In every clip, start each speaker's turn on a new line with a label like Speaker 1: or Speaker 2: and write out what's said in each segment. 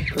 Speaker 1: 听不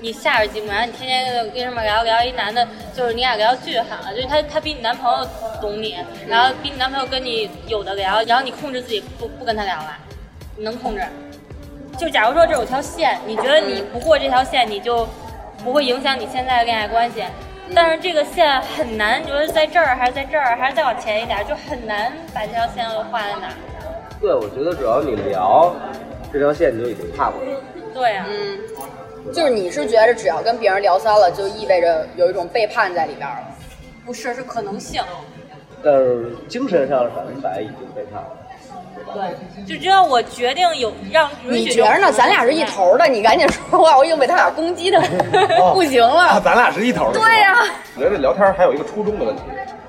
Speaker 2: 你下着寂寞，然后你天天跟什么聊聊一男的，就是你俩聊巨好，就是他他比你男朋友懂你，然后比你男朋友跟你有的聊，然后你控制自己不不跟他聊了，你能控制？就假如说这有条线，你觉得你不过这条线，你就不会影响你现在的恋爱关系。但是这个线很难，你觉得在这儿还是在这儿，还是再往前一点，就很难把这条线画在哪儿。
Speaker 3: 对，我觉得只要你聊，这条线你就已经踏过去了。
Speaker 2: 对啊，
Speaker 1: 嗯，就是你是觉得只要跟别人聊骚了，就意味着有一种背叛在里边了。
Speaker 2: 不是，是可能性。
Speaker 3: 但是精神上百分之百已经被踏了。
Speaker 2: 对，就只要我决定有让允
Speaker 1: 你
Speaker 2: 许
Speaker 1: 觉着呢？咱俩是一头的，你赶紧说话，我已经被他俩攻击的 不行
Speaker 4: 啊，
Speaker 1: 了。
Speaker 4: 咱俩是一头的。
Speaker 1: 对呀、
Speaker 4: 我觉得聊天还有一个初衷的问题，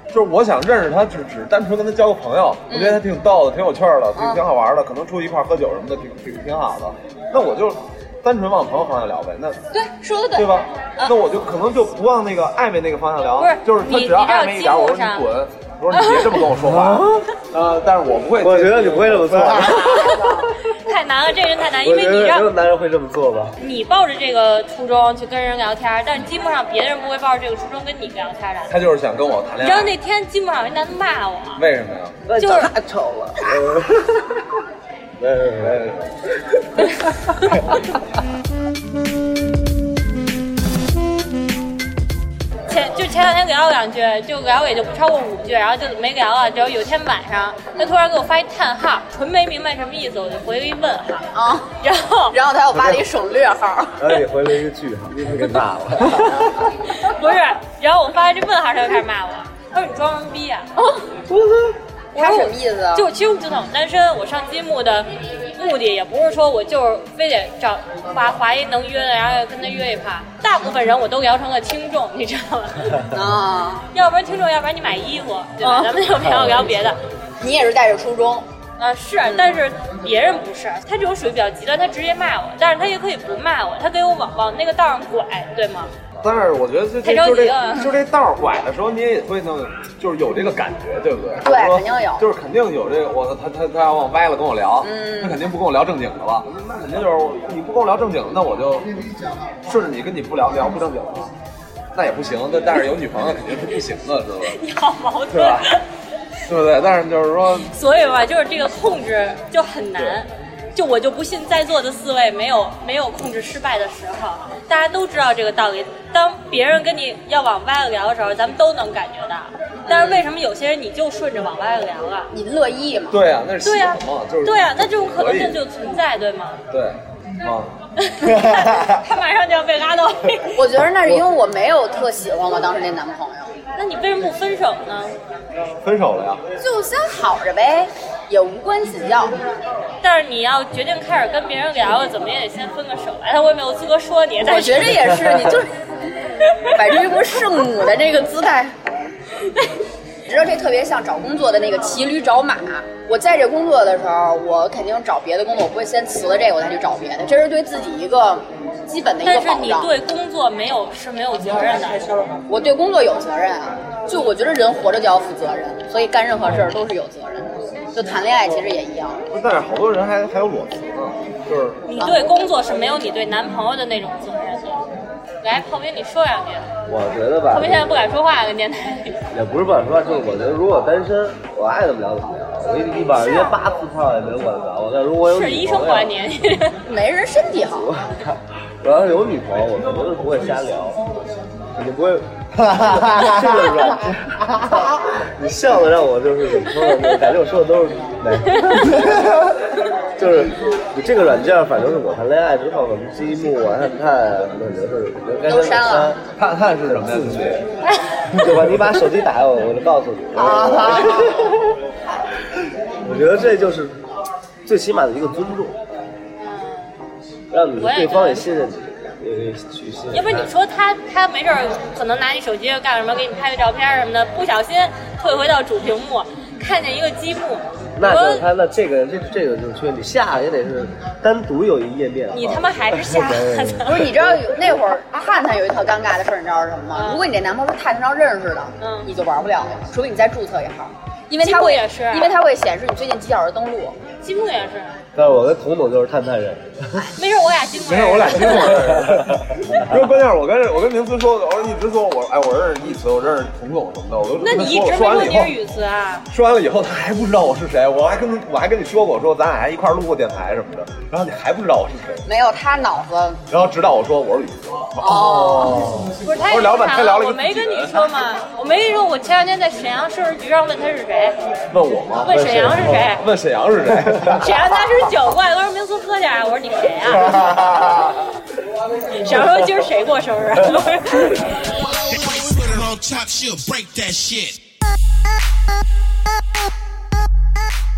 Speaker 5: 就是我想认识他，只只单纯跟他交个朋友，我觉得
Speaker 2: 嗯
Speaker 5: 他挺逗的，挺有趣儿的，挺挺好玩儿的，可能出去一块儿喝酒什么的，挺挺挺好的。那我就单纯往朋友方向聊呗，那
Speaker 2: 对，说的
Speaker 5: 对吧？
Speaker 2: 啊
Speaker 5: 那我就可能就不往那个暧昧那个方向聊，
Speaker 2: 不是
Speaker 5: 就是他
Speaker 2: 你
Speaker 5: 只要
Speaker 2: 你知道
Speaker 5: 暧昧一点，
Speaker 2: 基
Speaker 5: 我
Speaker 2: 础
Speaker 5: 说你
Speaker 2: 上
Speaker 5: 滚，我说你别这么跟我 说话，呃，但是我不会，
Speaker 4: 我觉得你不会这么做吧？
Speaker 2: 太难了，这人太难，因
Speaker 4: 我
Speaker 2: 为
Speaker 4: 觉
Speaker 2: 你
Speaker 4: 得没有
Speaker 2: 让
Speaker 4: 男人会这么做吧？
Speaker 2: 你抱着这个初衷去跟人聊天，但是基本上别人不会抱着这个初衷跟你聊天的。
Speaker 5: 他就是想跟我谈
Speaker 2: 你
Speaker 5: 恋
Speaker 2: 知道
Speaker 5: 爱，
Speaker 2: 那天基本上有一男的骂我，
Speaker 5: 为什 么呀？
Speaker 4: 那
Speaker 2: 就
Speaker 4: 你
Speaker 2: 是
Speaker 4: 长太丑了。没有没有没有没有，
Speaker 2: 前就前两天聊了两句，就聊也就不超过五句，然后就没聊了。只有有一天晚上，他突然给我发一叹号，纯没明白什么意思，我就回了一问号，
Speaker 1: 啊。
Speaker 2: 然后
Speaker 1: 然后他又发了一省略 号，
Speaker 4: 然后哎你回了一个句号，你给骂了。
Speaker 2: 不是，然后我发这问号，他就开始骂我，他说你装什么逼啊？
Speaker 1: 我说什么意思啊？
Speaker 2: 就其实我就想单身，我上积木的目的也不是说我就是非得找华华一能约的，然后跟他约一趴。大部分人我都聊成了听众，你知道吗？
Speaker 1: 啊，
Speaker 2: 要不然听众，要不然你买衣服，对吧？
Speaker 1: 啊
Speaker 2: 咱们就没有聊别的。
Speaker 1: 你也是带着初衷，
Speaker 2: 啊，是，但是别人不是，他这种属于比较极端，他直接骂我，但是他也可以不骂我，他给我往往那个道上拐，对吗？
Speaker 5: 但是我觉得就
Speaker 2: 太
Speaker 5: 这
Speaker 2: 着
Speaker 5: 就
Speaker 2: 急
Speaker 5: 这
Speaker 2: 了
Speaker 5: 就这道儿拐的时候，你也会弄，就是有这个感觉，对不对？
Speaker 1: 对
Speaker 5: 就是说
Speaker 1: 肯定有
Speaker 5: 就是肯定有这个，我操，他他他要往歪了跟我聊，
Speaker 1: 嗯
Speaker 5: 他肯定不跟我聊正经的了，那肯定就是你不跟我聊正经的，那我就顺着你跟你不聊聊不正经的了，那也不行，但但是有女朋友肯定是不行的，知道吧？
Speaker 2: 你好矛
Speaker 5: 对
Speaker 2: 盾
Speaker 5: 吧。对不对？但是就是说，
Speaker 2: 所以吧，就是这个控制就很难。就我就不信在座的四位没有没有控制失败的时候，大家都知道这个道理。当别人跟你要往歪了聊的时候，咱们都能感觉到。但是为什么有些人你就顺着往歪了聊了？
Speaker 1: 你乐意嘛？
Speaker 5: 对啊，那是
Speaker 2: 对
Speaker 5: 系
Speaker 2: 呀、
Speaker 5: 统嘛，就是
Speaker 2: 对啊呀、那这种可能性
Speaker 5: 以
Speaker 2: 就存在，对 吗？
Speaker 5: 对啊。
Speaker 2: 他马上就要被拉到 黑。
Speaker 1: 我觉得那是因为我没有特喜欢我当时那男朋友，
Speaker 2: 那你为什么不分手呢？
Speaker 5: 分手了呀？
Speaker 1: 就先好着呗，也无关紧要。
Speaker 2: 但是你要决定开始跟别人聊了，怎么也得先分个手吧。哎，我也没有资格说你，但
Speaker 1: 我
Speaker 2: 是
Speaker 1: 觉着也是，你就是摆出一副圣母的这个 姿态。你知道这特别像找工作的那个骑驴找马。我在这工作的时候，我肯定找别的工作，我不会先辞了这个我再去找别的，这是对自己一个基本的一个
Speaker 2: 但是
Speaker 1: 保
Speaker 2: 你
Speaker 1: 障。
Speaker 2: 对工作没有是没有责任的。
Speaker 1: 我对工作有责任啊，就我觉得人活着就要负责任，所以干任何事儿都是有责任的。就谈恋爱其实也一样，
Speaker 5: 但是好多人还还有裸辞呢，就是
Speaker 2: 你对工作是没有你对男朋友的那种责任的。来，炮兵，你说两句。
Speaker 4: 我觉得吧
Speaker 2: 炮，兵现在不敢说话了，电台里。
Speaker 4: 也不是不敢说，就是我觉得如果单身，我爱怎么聊怎么聊。我一一晚上约八次炮也没人管得着我，但如果有
Speaker 2: 是
Speaker 4: 女
Speaker 2: 医生
Speaker 4: 朋友
Speaker 2: 管 您。
Speaker 1: 没人身体好。
Speaker 4: 我靠！我要是有女朋友，我肯定是不会瞎聊，肯定不会。就是软，你笑的让我就是怎么说呢？感觉我说的都是没，就是你这个软件，反正是我谈恋爱之后，我们积木啊、探探啊什么肯定是该删
Speaker 1: 都
Speaker 4: 的
Speaker 1: 删
Speaker 4: 删
Speaker 1: 了，
Speaker 5: 探探是什么呀？自己
Speaker 4: 对吧？你把手机打开我，我就告诉你。
Speaker 1: 啊
Speaker 4: 我觉得这就是最起码的一个尊重，
Speaker 2: 嗯
Speaker 4: 让你对方也信任你，也也去信任他。
Speaker 2: 要不你说他他没事儿，可能拿你手机干什么，给你拍个照片什么的，不小心退回到主屏幕，看见一个积木，
Speaker 4: 那
Speaker 2: 我
Speaker 4: 就是他那这个这这个就是缺，你下也得是单独有一页面。啊
Speaker 2: 你他妈还是 瞎
Speaker 1: 不
Speaker 2: 的。
Speaker 1: 是，你知道有那会儿探探有一特尴尬的事儿，你知道是什么吗？
Speaker 2: 嗯
Speaker 1: 如果你这男朋友是探探上认识的，
Speaker 2: 嗯
Speaker 1: 你就玩不了了，除非你再注册一号，因为
Speaker 2: 积
Speaker 1: 它
Speaker 2: 木
Speaker 1: 会
Speaker 2: 也是啊
Speaker 1: 因为它会显示你最近几小时登录。
Speaker 2: 积木也是，
Speaker 4: 但是我跟童总就是探探人，
Speaker 2: 没事儿，我俩积木
Speaker 5: 没
Speaker 2: 认
Speaker 5: 有，
Speaker 2: 识。
Speaker 5: 我俩经 过。因为关键是我跟我跟明思说的，我说你一直说我哎，我认识一词，我认识童总什么的，我都
Speaker 2: 那你一直没
Speaker 5: 说完
Speaker 2: 说
Speaker 5: 了
Speaker 2: 你
Speaker 5: 以后
Speaker 2: 是，雨慈啊？
Speaker 5: 说完了以后，他还不知道我是谁，我还跟我还跟你说过，我说咱俩还一块儿录过电台什么的，然后你还不知道我是谁，
Speaker 1: 没有，他脑子
Speaker 5: 然后直到我说我是宇哥，
Speaker 1: 哦，
Speaker 2: 不是他
Speaker 5: 我
Speaker 2: 也
Speaker 5: 聊
Speaker 2: 正
Speaker 5: 半
Speaker 2: 常
Speaker 5: 天聊了一
Speaker 2: 我
Speaker 5: 个
Speaker 2: 没
Speaker 5: 自己
Speaker 2: 跟你
Speaker 5: 人
Speaker 2: 说嘛，我没跟你说，我前两天在沈阳市局上问他是谁，
Speaker 5: 问我吗？
Speaker 2: 问沈阳是谁，
Speaker 5: 问沈阳是谁？
Speaker 2: 沈阳大师酒过来，我说明思喝点儿，我说你谁啊呀、 沈阳说今儿谁过生日？啊
Speaker 6: Put it on top, she'll break that shit.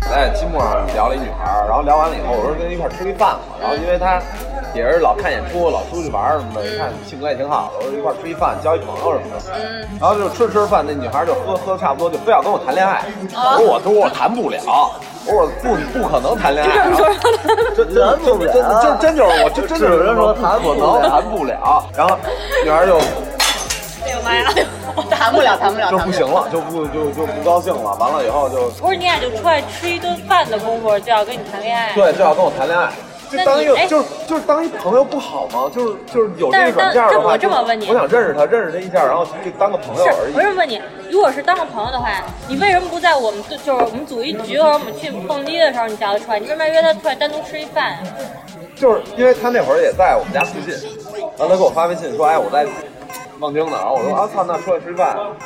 Speaker 4: 在期末聊了一女孩儿，然后聊完了以后，我说跟她一块儿吃一饭吧。然后因为她也是老看演出，老出去玩儿什么的，一看性格也挺好的，我说一块儿吃一饭，交一朋友什么的。然后就吃着吃着饭，那女孩就喝喝得差不多，就非要跟我谈恋爱。我说我都我谈不了，我说我不不可能谈恋爱。真真
Speaker 7: 谈
Speaker 4: 真
Speaker 7: 不了
Speaker 4: 真真真就是我，就真就是
Speaker 7: 只能说谈不
Speaker 4: 不
Speaker 7: 了
Speaker 4: 能谈不了。然后女孩就
Speaker 1: 哎呦妈呀，谈不了，谈不了，
Speaker 4: 就
Speaker 1: 谈
Speaker 4: 不
Speaker 1: 不
Speaker 4: 行
Speaker 1: 了。
Speaker 4: 了，就不就就不高兴了。完了以后就
Speaker 2: 不是你俩就出来吃一顿饭的功夫就要跟你谈恋爱？啊
Speaker 4: 对，就要跟我谈恋爱。就
Speaker 2: 那你
Speaker 4: 当一个
Speaker 2: 哎
Speaker 4: 就是就是当一朋友不好吗？就是就是有这
Speaker 2: 但
Speaker 4: 个
Speaker 2: 是
Speaker 4: 软
Speaker 2: 当
Speaker 4: 件的
Speaker 2: 这
Speaker 4: 话，
Speaker 2: 我这么
Speaker 4: 就是
Speaker 2: 问你
Speaker 4: 我想认识他，认识他一下，然后就当个朋友而
Speaker 2: 是，
Speaker 4: 已
Speaker 2: 我。是问你，如果是当个朋友的话，你为什么不在我们就是我们组一局，或者我们去蹦迪的时候你叫他出来？你为什么要约他出来单独吃一饭？啊
Speaker 4: 就是因为他那会儿也在我们家附近，然后他给我发微信说，哎，我在望京呢，然后我说啊操，那出来吃饭，
Speaker 2: 啊、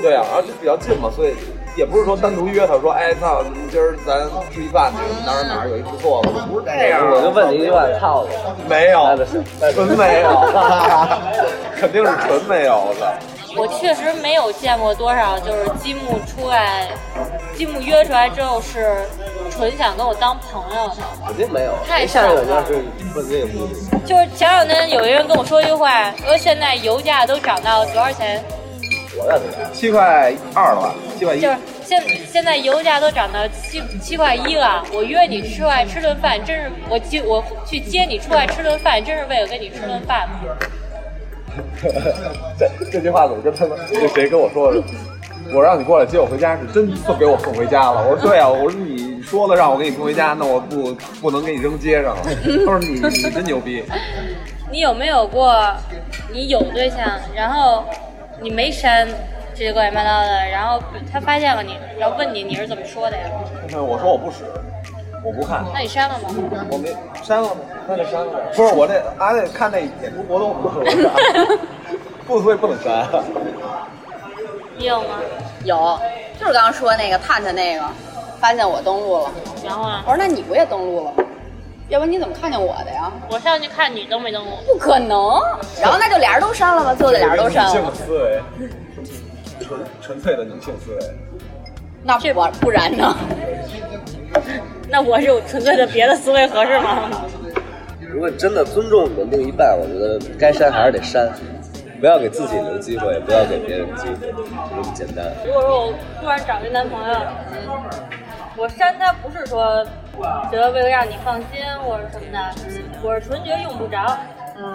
Speaker 4: 对啊，然后就比较近嘛，所以也不是说单独约他说，哎操，今儿咱吃一饭去，哪儿哪儿有一不错的，不是这样，
Speaker 7: 我就问你一句话，套路。
Speaker 4: 没有
Speaker 7: 那得是，那得是
Speaker 4: 纯没有， 肯定是纯没有，我操，
Speaker 2: 我确实没有见过多少就是积木出来，积木约出来之后是纯想跟我当朋友的。
Speaker 7: 肯定没有，
Speaker 2: 太
Speaker 7: 一下
Speaker 2: 少
Speaker 7: 就有
Speaker 2: 了
Speaker 7: 就是问这个目的，
Speaker 2: 就是前两天有一个人跟我说一句话，说现在油价都涨到多少钱？
Speaker 7: 我要怎么样？
Speaker 4: 七块二了吧，七块一
Speaker 2: 就。是现现在油价都涨到七七块一了，我约你出来吃顿饭，真是我接我去接你出来吃顿饭，真是为了跟你吃顿饭吗？
Speaker 4: 这这句话怎么跟他们那谁跟我说的？我让你过来接我回家，是真送给我送回家了。我说对啊，我说你说了让我给你送回家，那我不不能给你扔街 上了。他说你你真牛逼，
Speaker 2: 你有没有过你有对象，然后你没删这些乱七八糟的，然后他发现了你，然后问你你是怎么说的呀？
Speaker 4: 我说我不使，我不看，
Speaker 2: 那你删了吗？
Speaker 4: 我没删了，那就删了呗。不是我这还得看那演出活动，不是我 删，不所以不能删。
Speaker 2: 你有啊吗？
Speaker 1: 有，就是刚刚说那个盼盼那个，发现我登录了。
Speaker 2: 然后啊
Speaker 1: 我，说那你不也登录了吗？要不然你怎么看见我的呀？
Speaker 2: 我上去看你都没登录，
Speaker 1: 不可能。然后那就俩人都删了吧，最后就俩人都删
Speaker 4: 女性啊
Speaker 1: 了。
Speaker 4: 思维，纯纯粹的女性思维。
Speaker 1: 那我不然呢？
Speaker 2: 那我是有纯粹的别的思维合适吗？
Speaker 7: 如果你真的尊重你的另一半，我觉得该删还是得删，不要给自己留机会，不要给别人机会，就这么简单。
Speaker 2: 如果说我突然找一男朋友，嗯我删他不是说觉得为了让你放心或者什么的，我是纯觉得用不着。嗯，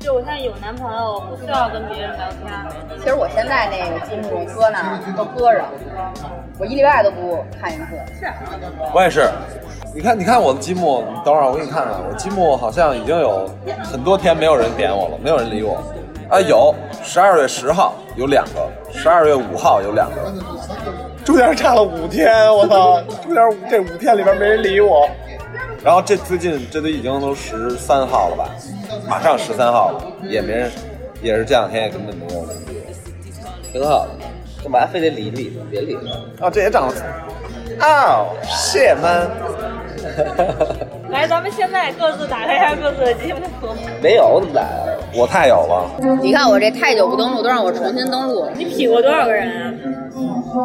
Speaker 2: 就我现在有男朋友，我不需要跟别人聊天。
Speaker 1: 其实我现在那个积木搁那儿都搁着，我一礼拜都不看一次。
Speaker 4: 我也是。你看，你看我的积木，你等会儿我给你看看，我积木好像已经有很多天没有人点我了，没有人理我。啊，有，十二月十号有两个，十二月五号有两个，中间差了五天，我操！中间五这五天里边没人理我。然后这最近这都已经都十三号了吧，马上十三号了，也没人，也是这两天也根本没有人理我。
Speaker 7: 挺好的，干嘛非得理理呢？别理了。
Speaker 4: 啊，这也长了。哦，shit man。
Speaker 2: 来，咱们现在各自打开一下各自的节目。
Speaker 7: 没有，我怎么打呀？
Speaker 4: 啊我太有了，
Speaker 1: 你看我这太久不登录，都让我重新登录，
Speaker 2: 你匹过多少个人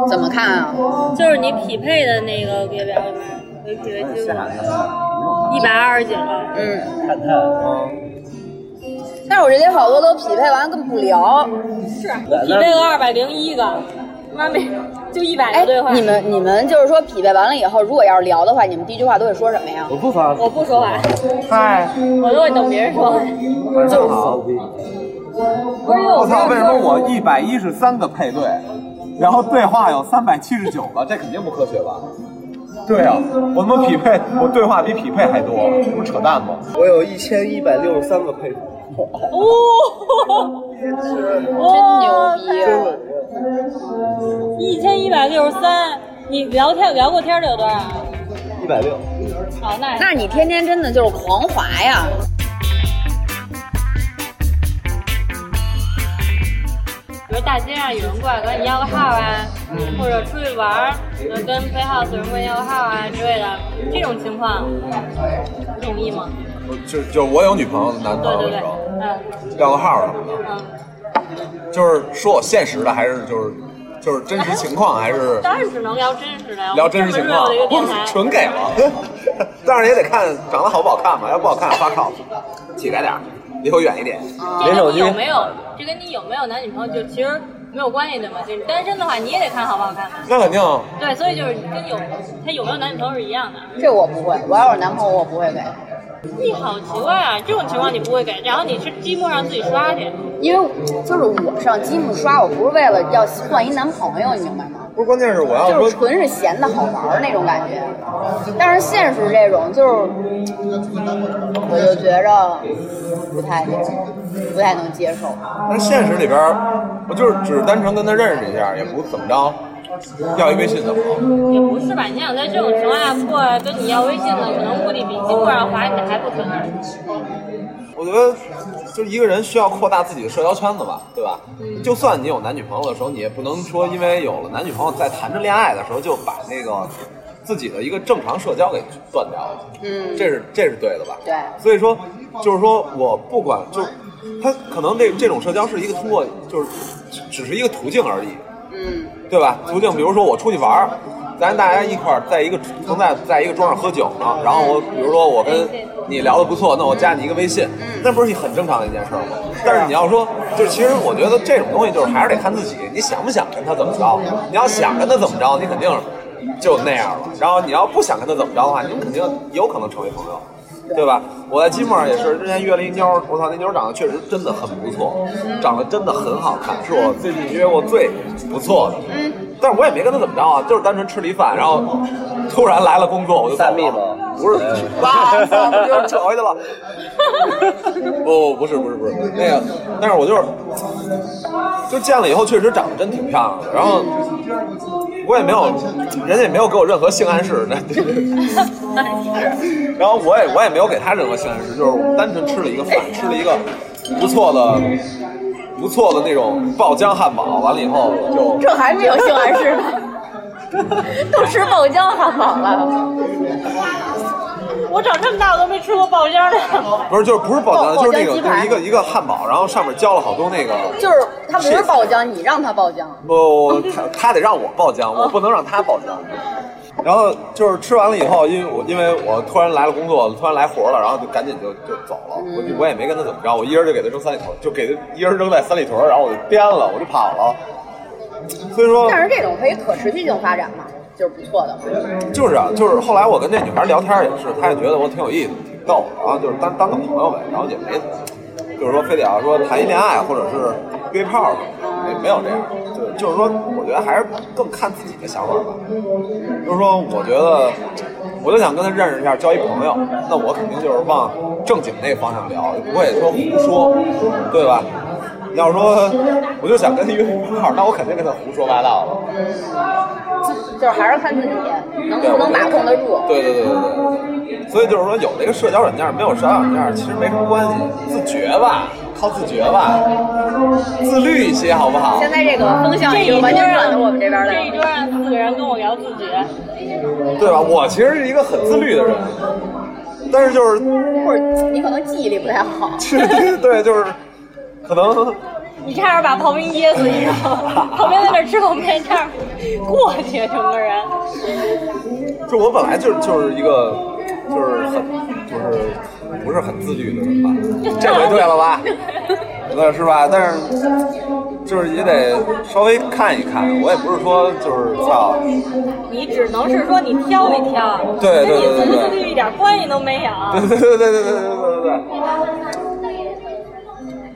Speaker 1: 怎么看啊？
Speaker 2: 啊？就是你匹配的那个列表里面有几个记
Speaker 4: 啊
Speaker 2: 录？一百二十九个。
Speaker 1: 嗯，
Speaker 7: 看看，
Speaker 1: 但是我这些好多都匹配完根本不聊。
Speaker 2: 是，我匹配了二百零一个，妈没，就一百
Speaker 1: 哎
Speaker 2: 个对话。，
Speaker 1: 你们你们就是说匹配完了以后，如果要是聊的话，你们第一句话都会说什么呀？
Speaker 7: 我不发，
Speaker 2: 我不说话，我都会等别人说话。
Speaker 4: 晚上好。
Speaker 2: 不是因为
Speaker 4: 我
Speaker 2: 我
Speaker 4: 操！为什么我一百一十三个配对，然后对话有三百七十九个？这肯定不科学吧？对啊，我他妈匹配，我对话比匹配还多，这不是扯淡吗？
Speaker 7: 我有一千一百六十三个配图。
Speaker 2: 哦，
Speaker 1: 真牛逼啊！
Speaker 2: 一千一百六十三，你聊天聊过天的有多少？
Speaker 7: 一百六，
Speaker 2: 哦，那
Speaker 1: 那你天天真的就是狂滑呀！
Speaker 2: 比如大街上有人过来管你要个号啊，或者出去玩儿，有人跟 Playhouse 有人管你要个号啊之类的，这种情况，你同意吗？
Speaker 5: 嗯
Speaker 4: 就就我有女朋友、男
Speaker 2: 对
Speaker 4: 朋友
Speaker 2: 对
Speaker 4: 的
Speaker 2: 对
Speaker 4: 时候，，
Speaker 2: 嗯
Speaker 4: 要个号什么
Speaker 2: 嗯，
Speaker 4: 的，就是说我现实的，还是就是
Speaker 5: 就是真实情况还是
Speaker 2: 当嗯然只能聊真实的呀，
Speaker 5: 聊真实情况
Speaker 2: 我们这么热的一个电台，啊
Speaker 5: 纯给了， 当然也得看长得好不好看嘛，要不好看发靠，乞丐点儿，离我远一点。
Speaker 2: 这
Speaker 4: 连手
Speaker 2: 跟你
Speaker 4: 机
Speaker 2: 有没有，这跟你有没有男女朋友就其实没有关系的嘛。就你单身的话，你也得看好不好看嘛。
Speaker 5: 那肯定啊，
Speaker 2: 对，所以就是跟有他有没有男女朋友是一样的。
Speaker 1: 这我不会，我要有男朋友我不会给，
Speaker 2: 你好奇怪啊，这种情况你不会给，然后你去积木上自己刷去。
Speaker 1: 因为就是我上积木刷，我不是为了要换一男朋友，你明白吗？
Speaker 5: 不是，关键是我
Speaker 2: 哦
Speaker 5: 要
Speaker 1: 就
Speaker 5: 说
Speaker 1: 是纯是闲的好玩儿那种感觉。但是现实这种就是，我就觉着不太不太能接受。
Speaker 5: 但现实里边儿，我就是只单纯跟他认识一下，也不怎么着，要一微信怎么了？
Speaker 2: 也不是吧？你想在这种情况下过来跟你要微信的，可能目的比积木上滑你还不纯。
Speaker 5: 我觉得，就是一个人需要扩大自己的社交圈子吧，对吧？就算你有男女朋友的时候，你也不能说因为有了男女朋友，在谈着恋爱的时候就把那个自己的一个正常社交给断掉了。
Speaker 1: 嗯
Speaker 5: 这是这是对的吧？
Speaker 1: 对
Speaker 5: 所以说，就是说我不管，就他可能这这种社交是一个通过，就是只只是一个途径而已。
Speaker 1: 嗯，
Speaker 5: 对吧？途径，比如说我出去玩儿，咱大家一块儿在一个曾在在一个桌上喝酒呢，然后我比如说我跟你聊的不错，那我加你一个微信，那不是很正常的一件事儿吗？但是你要说，就是其实我觉得这种东西就是还是得看自己，你想不想跟他怎么着？你要想跟他怎么着，你肯定就那样了。然后你要不想跟他怎么着的话，你们肯定有可能成为朋友。对吧？我在积木上也是，之前约了一妞儿，我操，那妞儿长得确实真的很不错，长得真的很好看，是我最近约过最不错的。嗯，但是我也没跟她怎么着啊，就是单纯吃了一饭，然后突然来了工作，我就走了
Speaker 4: 散密吗哎
Speaker 5: 不是，哇操，不就是扯回去了？哦不不不是不是不是那个，但是我就是就见了以后，确实长得真挺漂亮的，然后。我也没有，人家也没有给我任何性暗示，那然后我也我也没有给他任何性暗示，就是单纯吃了一个饭，吃了一个不错的不错的那种爆浆汉堡，完了以后就
Speaker 1: 这还没有性暗示呢， 都吃爆浆汉堡了。
Speaker 2: 我长这么大我都没吃过爆浆的，
Speaker 5: 不是就是不是爆
Speaker 1: 爆
Speaker 5: 浆，
Speaker 1: 爆
Speaker 5: 就是那个
Speaker 1: 浆鸡
Speaker 5: 就是
Speaker 1: 排
Speaker 5: 一个一个汉堡，然后上面浇了好多那个。
Speaker 1: 就是他不是爆浆，你让他爆浆。
Speaker 5: 不，他他得让我爆浆，我不能让他爆浆。然后就是吃完了以后，因为我因为我突然来了工作，突然来活了，然后就赶紧就就走了。我就我也没跟他怎么着，我一人就给他扔三里屯，就给他一人扔在三里屯，然后我就颠了，我就跑了。所以说，
Speaker 1: 但是这种可以可持续性发展嘛，就是不错的嘛。
Speaker 5: 就是啊，就是后来我跟那女孩聊天也是，她也觉得我挺有意思，挺逗的，然后就是当当个朋友呗，然后也没，就是说非得要说谈一恋爱或者是约炮什么的，没没有这样，就是就是说，我觉得还是更看自己的想法吧。就是说，我觉得我就想跟她认识一下，交一朋友，那我肯定就是往正经那个方向聊，也不会说胡说，对吧？你要说我就想跟她约炮，那我肯定跟她胡说八道了。
Speaker 1: 就是还是看自己能不能把控得住。
Speaker 5: 对对对对对对，所以就是说，有这个社交软件，没有社交软件，其实没什么关系，自觉吧，靠自觉吧，自律一些好不好
Speaker 1: 现？在这个风向
Speaker 2: 这
Speaker 1: 已
Speaker 2: 一
Speaker 1: 经
Speaker 2: 桌
Speaker 1: 完全转
Speaker 2: 让
Speaker 1: 到我们这边
Speaker 2: 这一
Speaker 1: 来
Speaker 2: 桌
Speaker 1: 了。
Speaker 2: 让四个人跟我聊自己，
Speaker 5: 对吧？我其实是一个很自律的人，但是就是，
Speaker 1: 或者你可能记忆力不太好，
Speaker 5: 对，就是可能
Speaker 2: 你差点把刨冰噎死，你知道吗？旁边在那吃口面，差点过去，整个人。
Speaker 5: 就我本来就就是一个就是很就是不是很自律的人吧，这回对了吧？对，是吧？但是就是也得稍微看一看，我也不是说就是操。
Speaker 2: 你只能是说你挑一挑，
Speaker 5: 对对对对
Speaker 2: 跟你
Speaker 5: 对
Speaker 2: 自律一点关系都没有，
Speaker 5: 对对对对对对对对对。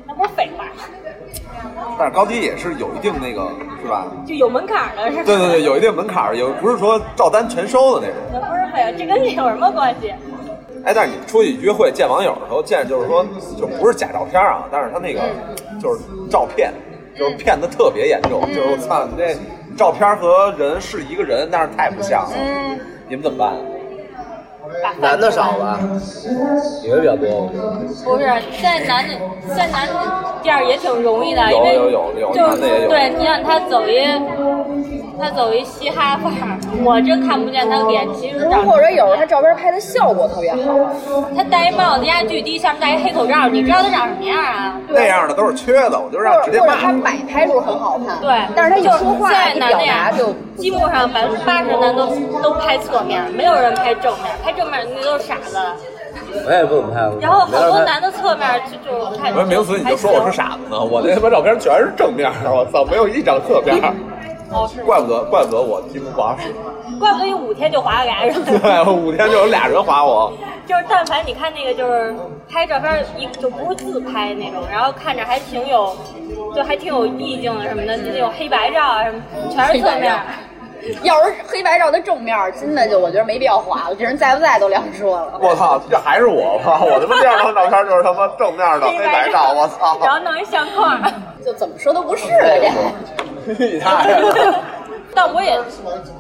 Speaker 2: 那不是废话，
Speaker 5: 但是高低也是有一定那个，是吧？
Speaker 2: 就有门槛儿的是吧？
Speaker 5: 对对对，有一定门槛儿，有不是说照单全收的那种。
Speaker 2: 那不是废话，这跟这有什么关系？
Speaker 5: 哎，但是你出去约会见网友的时候，见就是说，就不是假照片啊，但是他那个就是照片，就是骗的特别严重，就是我操，你这照片和人是一个人，但是太不像了。你们怎么办？
Speaker 4: 男的少吧？女的比较多。
Speaker 2: 不是，现在男的，现在男的店儿也挺容易的，
Speaker 5: 有
Speaker 2: 因为
Speaker 5: 有有有
Speaker 2: 就是
Speaker 5: 男的也有
Speaker 2: 对，你让他走一他走一嘻哈范儿，我真看不见他脸，其实长
Speaker 1: 或者有时候他照片拍的效果特别好，
Speaker 2: 他戴一帽子，压巨低，上面戴一黑口罩，你知道他长什么样啊？
Speaker 5: 那样的都是缺的，我就让直
Speaker 1: 或
Speaker 5: 接
Speaker 1: 者或者他
Speaker 5: 骂。
Speaker 1: 摆拍时候很好看，
Speaker 2: 对，
Speaker 1: 但是他一
Speaker 2: 就
Speaker 1: 说
Speaker 2: 现
Speaker 1: 话
Speaker 2: 在
Speaker 1: 一
Speaker 2: 男
Speaker 1: 表
Speaker 2: 的呀
Speaker 1: 达就，
Speaker 2: 基本上百分之八十男都都拍侧面，没有人拍正面，拍正面那都是傻子。
Speaker 4: 我也不怎么拍了。
Speaker 2: 然后
Speaker 4: 没
Speaker 2: 好
Speaker 4: 人
Speaker 2: 多
Speaker 4: 拍
Speaker 2: 男的侧面就就看。
Speaker 5: 我说名词，你就说我是傻子呢？我那他妈照片全是正面儿，我操，没有一张侧面儿。
Speaker 2: 哦，是吗
Speaker 5: 怪不得，怪不得我踢不滑水，
Speaker 2: 怪不得有五天就划俩人。
Speaker 5: 对，我哎五天就有俩人划我。
Speaker 2: 就是但凡你看那个，就是拍照片一就不是自拍那种，然后看着还挺有，就还挺有意境的什么的，就那种黑白照啊什么，全是侧
Speaker 1: 黑白
Speaker 2: 面
Speaker 1: 照。要是黑白照的正面，真的就我觉得没必要划了，这人在不在都两说了。
Speaker 5: 我操，这还是我吧？我他妈第二张照片就是他妈正面的黑白照，我操！
Speaker 2: 然后弄一相框。
Speaker 1: 就怎么说都不是了，这
Speaker 5: 你大爷！
Speaker 2: 但我也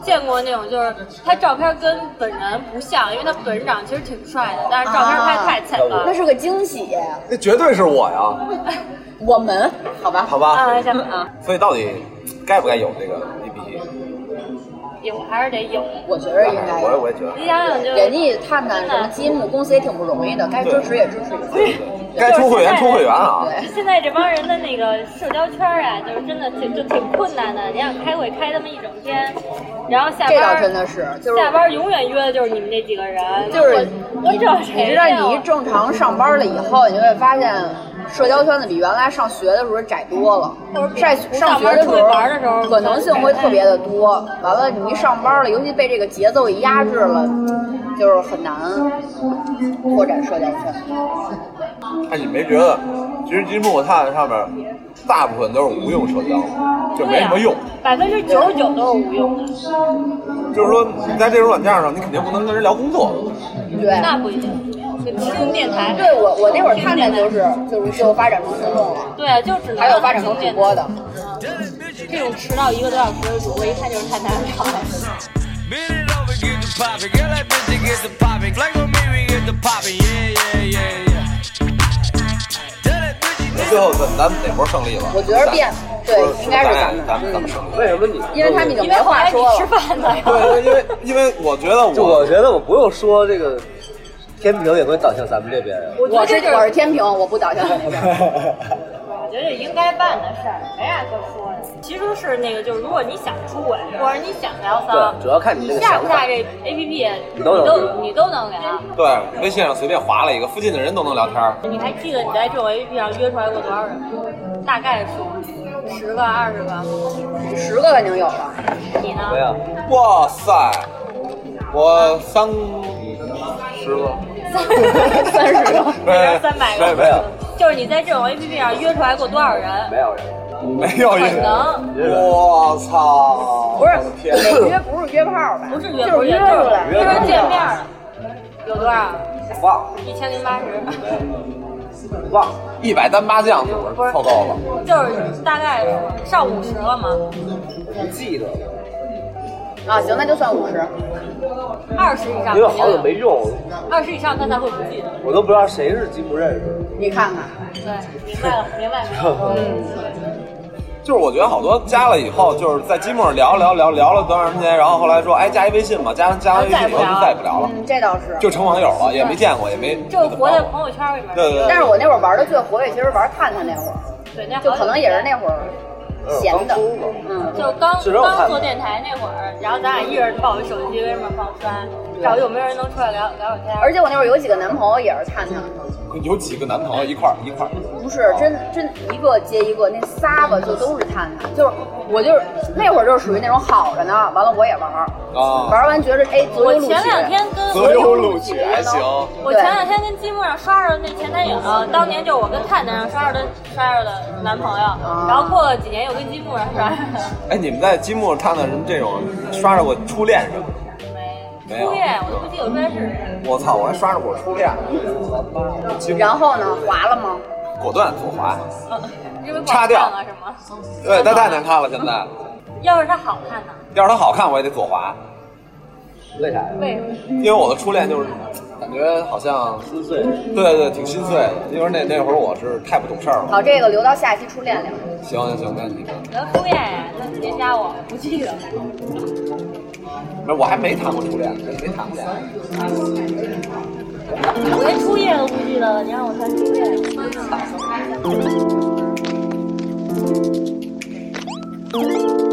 Speaker 2: 见过那种，就是他照片跟本人不像，因为他本人长得其实挺帅的，但是照片拍得太惨了
Speaker 1: 那。是个惊喜。
Speaker 5: 那绝对是我呀，
Speaker 1: 我们好吧，
Speaker 5: 好吧？
Speaker 2: 啊，像啊，
Speaker 5: 所以到底该不该有这个 APP？
Speaker 2: 有还是得有。
Speaker 1: 我觉得应该
Speaker 5: 我也我也觉得，
Speaker 2: 你想想，就
Speaker 1: 人家探探什么积木公司也挺不容易的，该支持也支持一下。
Speaker 5: 该出会员出会员啊！
Speaker 1: 对，
Speaker 2: 现在这帮人的那个社交圈儿啊，就是真的挺就挺困难的。你想开会开他们一整天，然后下
Speaker 1: 这
Speaker 2: 班
Speaker 1: 倒
Speaker 2: 儿
Speaker 1: 真的是，就是
Speaker 2: 下班儿永远约的就是你们这几个人，
Speaker 1: 就是
Speaker 2: 我我
Speaker 1: 你
Speaker 2: 知道谁
Speaker 1: 你知道
Speaker 2: 呀
Speaker 1: 你一正常上班了以后，你就会发现社交圈子比原来上学的时候窄多了
Speaker 2: 或者。比
Speaker 1: 在
Speaker 2: 不
Speaker 1: 上
Speaker 2: 上
Speaker 1: 学
Speaker 2: 班
Speaker 1: 的时
Speaker 2: 出去玩的时候
Speaker 1: 候，可能性会特别的多。完了，你一上班了，尤其被这个节奏一压制了，就是很难拓展社交圈。
Speaker 5: 哎，你没觉得，其实积木探上面大部分都是无用社交，就
Speaker 2: 对
Speaker 5: 没什
Speaker 2: 呀
Speaker 5: 么用。，
Speaker 2: 百分之九十九都是无用的，
Speaker 5: 就是说你在这种软件上，你肯定不能跟人聊工作。
Speaker 1: 对，
Speaker 2: 那不一定。就听电台，
Speaker 1: 对我我那会儿看的就是就是就发展成听众了，
Speaker 2: 对啊，就只能
Speaker 1: 还有发展成主播的。
Speaker 2: 这种迟到一个多小时的主播，一看就是太难找了。
Speaker 6: Bend it over, get the poppin'. Girl, that bitch, it get the poppin'. Like on me, we get the poppin'. Yeah, yeah, yeah, yeah. Tell that bitch, you
Speaker 5: 最后咱咱们哪波胜利了？
Speaker 1: 我觉得变，对
Speaker 5: 说，
Speaker 1: 应该是
Speaker 5: 说
Speaker 1: 咱
Speaker 5: 咱
Speaker 1: 们
Speaker 5: 咱们咱
Speaker 1: 嗯，
Speaker 5: 们胜利。
Speaker 4: 为什么你？
Speaker 1: 因为他们已经
Speaker 2: 因
Speaker 1: 没
Speaker 2: 为后
Speaker 1: 话
Speaker 2: 来你
Speaker 1: 说了
Speaker 2: 吃。饭呢，
Speaker 5: 对，因为因为我觉得
Speaker 4: 就
Speaker 5: 我
Speaker 4: 我觉得我不用说这个，天平也会导向咱们这边。
Speaker 1: 我是
Speaker 2: 觉得这就是
Speaker 1: 我是天平，我不倒向你那边。
Speaker 2: 我觉得应该办的事儿，没啥可说的。其实是那个，就是如果你想出轨，或者你想聊骚，
Speaker 4: 对，主要看你这个
Speaker 2: 下
Speaker 4: 想
Speaker 2: 不
Speaker 4: 法
Speaker 2: 下。这 A P P，你
Speaker 4: 都
Speaker 2: 都
Speaker 4: 能
Speaker 2: 你都能聊。
Speaker 5: 对微信上随便划了一个，附近的人都能聊天儿。
Speaker 2: 你还记得你在这种 A P P 上约出来过多少人吗？大概数，十个、二十个。
Speaker 1: 十个肯定有了，
Speaker 2: 你
Speaker 4: 怎么
Speaker 2: 呢？
Speaker 4: 样？
Speaker 5: 哇塞，我三十个，
Speaker 1: 三十个。
Speaker 5: 没
Speaker 2: 三百
Speaker 5: 没
Speaker 2: 个。
Speaker 5: 没有
Speaker 2: 就是你在这种 A P P 上约出来过多少人？
Speaker 4: 没有人。
Speaker 5: 没有一
Speaker 2: 可能
Speaker 5: 我操！
Speaker 1: 不是
Speaker 5: 我的，天
Speaker 1: 每约不是约炮吧？
Speaker 2: 不是约，
Speaker 1: 就是约出来，
Speaker 2: 就是
Speaker 1: 出
Speaker 2: 见面
Speaker 1: 来。
Speaker 2: 儿。有多少？
Speaker 4: 忘了
Speaker 2: 一千零八十。
Speaker 4: 忘了，
Speaker 5: 一百单八将组
Speaker 2: 不是
Speaker 5: 凑够了，
Speaker 2: 就是大概是上五十了吗？
Speaker 4: 不记得了，
Speaker 1: 啊，行，那就算五十。
Speaker 2: 二十以上
Speaker 4: 因为
Speaker 2: 肯定
Speaker 4: 好久没用，
Speaker 2: 二十以上他才会不记得。
Speaker 4: 我都不知道谁是吉姆认识的。
Speaker 1: 你看看，
Speaker 2: 对，明白了，明白了。
Speaker 5: 嗯就是我觉得好多加了以后，就是在积木上聊聊聊聊了多长时间，然后后来说，哎，加一微信吧，加加完微信以后就再也不聊了，
Speaker 1: 嗯，这倒是。
Speaker 5: 就成网友了，也没见过，也没
Speaker 2: 就是活在朋友圈里面。
Speaker 5: 对对对
Speaker 1: 但是我那会儿玩的最活跃，其实玩探探那会儿，
Speaker 2: 对，那好
Speaker 1: 就可能也是那会儿
Speaker 5: 呃
Speaker 1: 闲
Speaker 4: 有点刚
Speaker 1: 的
Speaker 4: 出嘛。
Speaker 1: 嗯，
Speaker 2: 就刚
Speaker 4: 只是我看
Speaker 2: 刚做电台那会儿，然后咱俩一人抱着手机跟人们放刷，找有没有人能出来聊聊会儿天。
Speaker 1: 而且我那会儿有几个男朋友也是探探，
Speaker 5: 有几个男朋友一块儿一块儿，
Speaker 1: 不是
Speaker 5: 哦
Speaker 1: 真真一个接一个，那仨吧就都是探探，就是我就是那会儿就是属于那种好着呢，完了我也玩儿，
Speaker 5: 啊
Speaker 1: 玩完觉着哎
Speaker 2: 我
Speaker 1: 左右录取，
Speaker 2: 前两天跟
Speaker 5: 择优录取还行。
Speaker 2: 我前两天跟积木上刷着那前男友，当年就是我跟探探上刷着的刷着的男朋友，然后过了几年又跟积木上刷着的。
Speaker 5: 哎，你们在积木上看到什么这种刷着过初恋什么的？没有
Speaker 2: 初恋我都不记得我初恋是谁。
Speaker 5: 我操，我还刷着过初恋，积木
Speaker 1: 然后呢划了吗？
Speaker 5: 果断左滑，
Speaker 2: 因为不
Speaker 5: 擦
Speaker 2: 好
Speaker 5: 掉
Speaker 2: 看了是吗？
Speaker 5: 对，但太难看了现在。
Speaker 2: 要是他好看呢？
Speaker 5: 要是它好看，我也得左滑，
Speaker 4: 为啥呀？
Speaker 2: 为什么？
Speaker 5: 因为我的初恋就是感觉好像，
Speaker 4: 心碎。
Speaker 5: 对对对，挺心碎的，因为那那会儿我是太不懂事儿了。
Speaker 1: 好，这个留到下期初恋聊。
Speaker 5: 行行行，那你们
Speaker 2: 我的初恋呀，那谁加我？不记得。
Speaker 5: 那我还没谈过初恋，呢，没谈过恋爱。
Speaker 2: 我连初夜都不记得了，你让我谈初恋？
Speaker 1: 我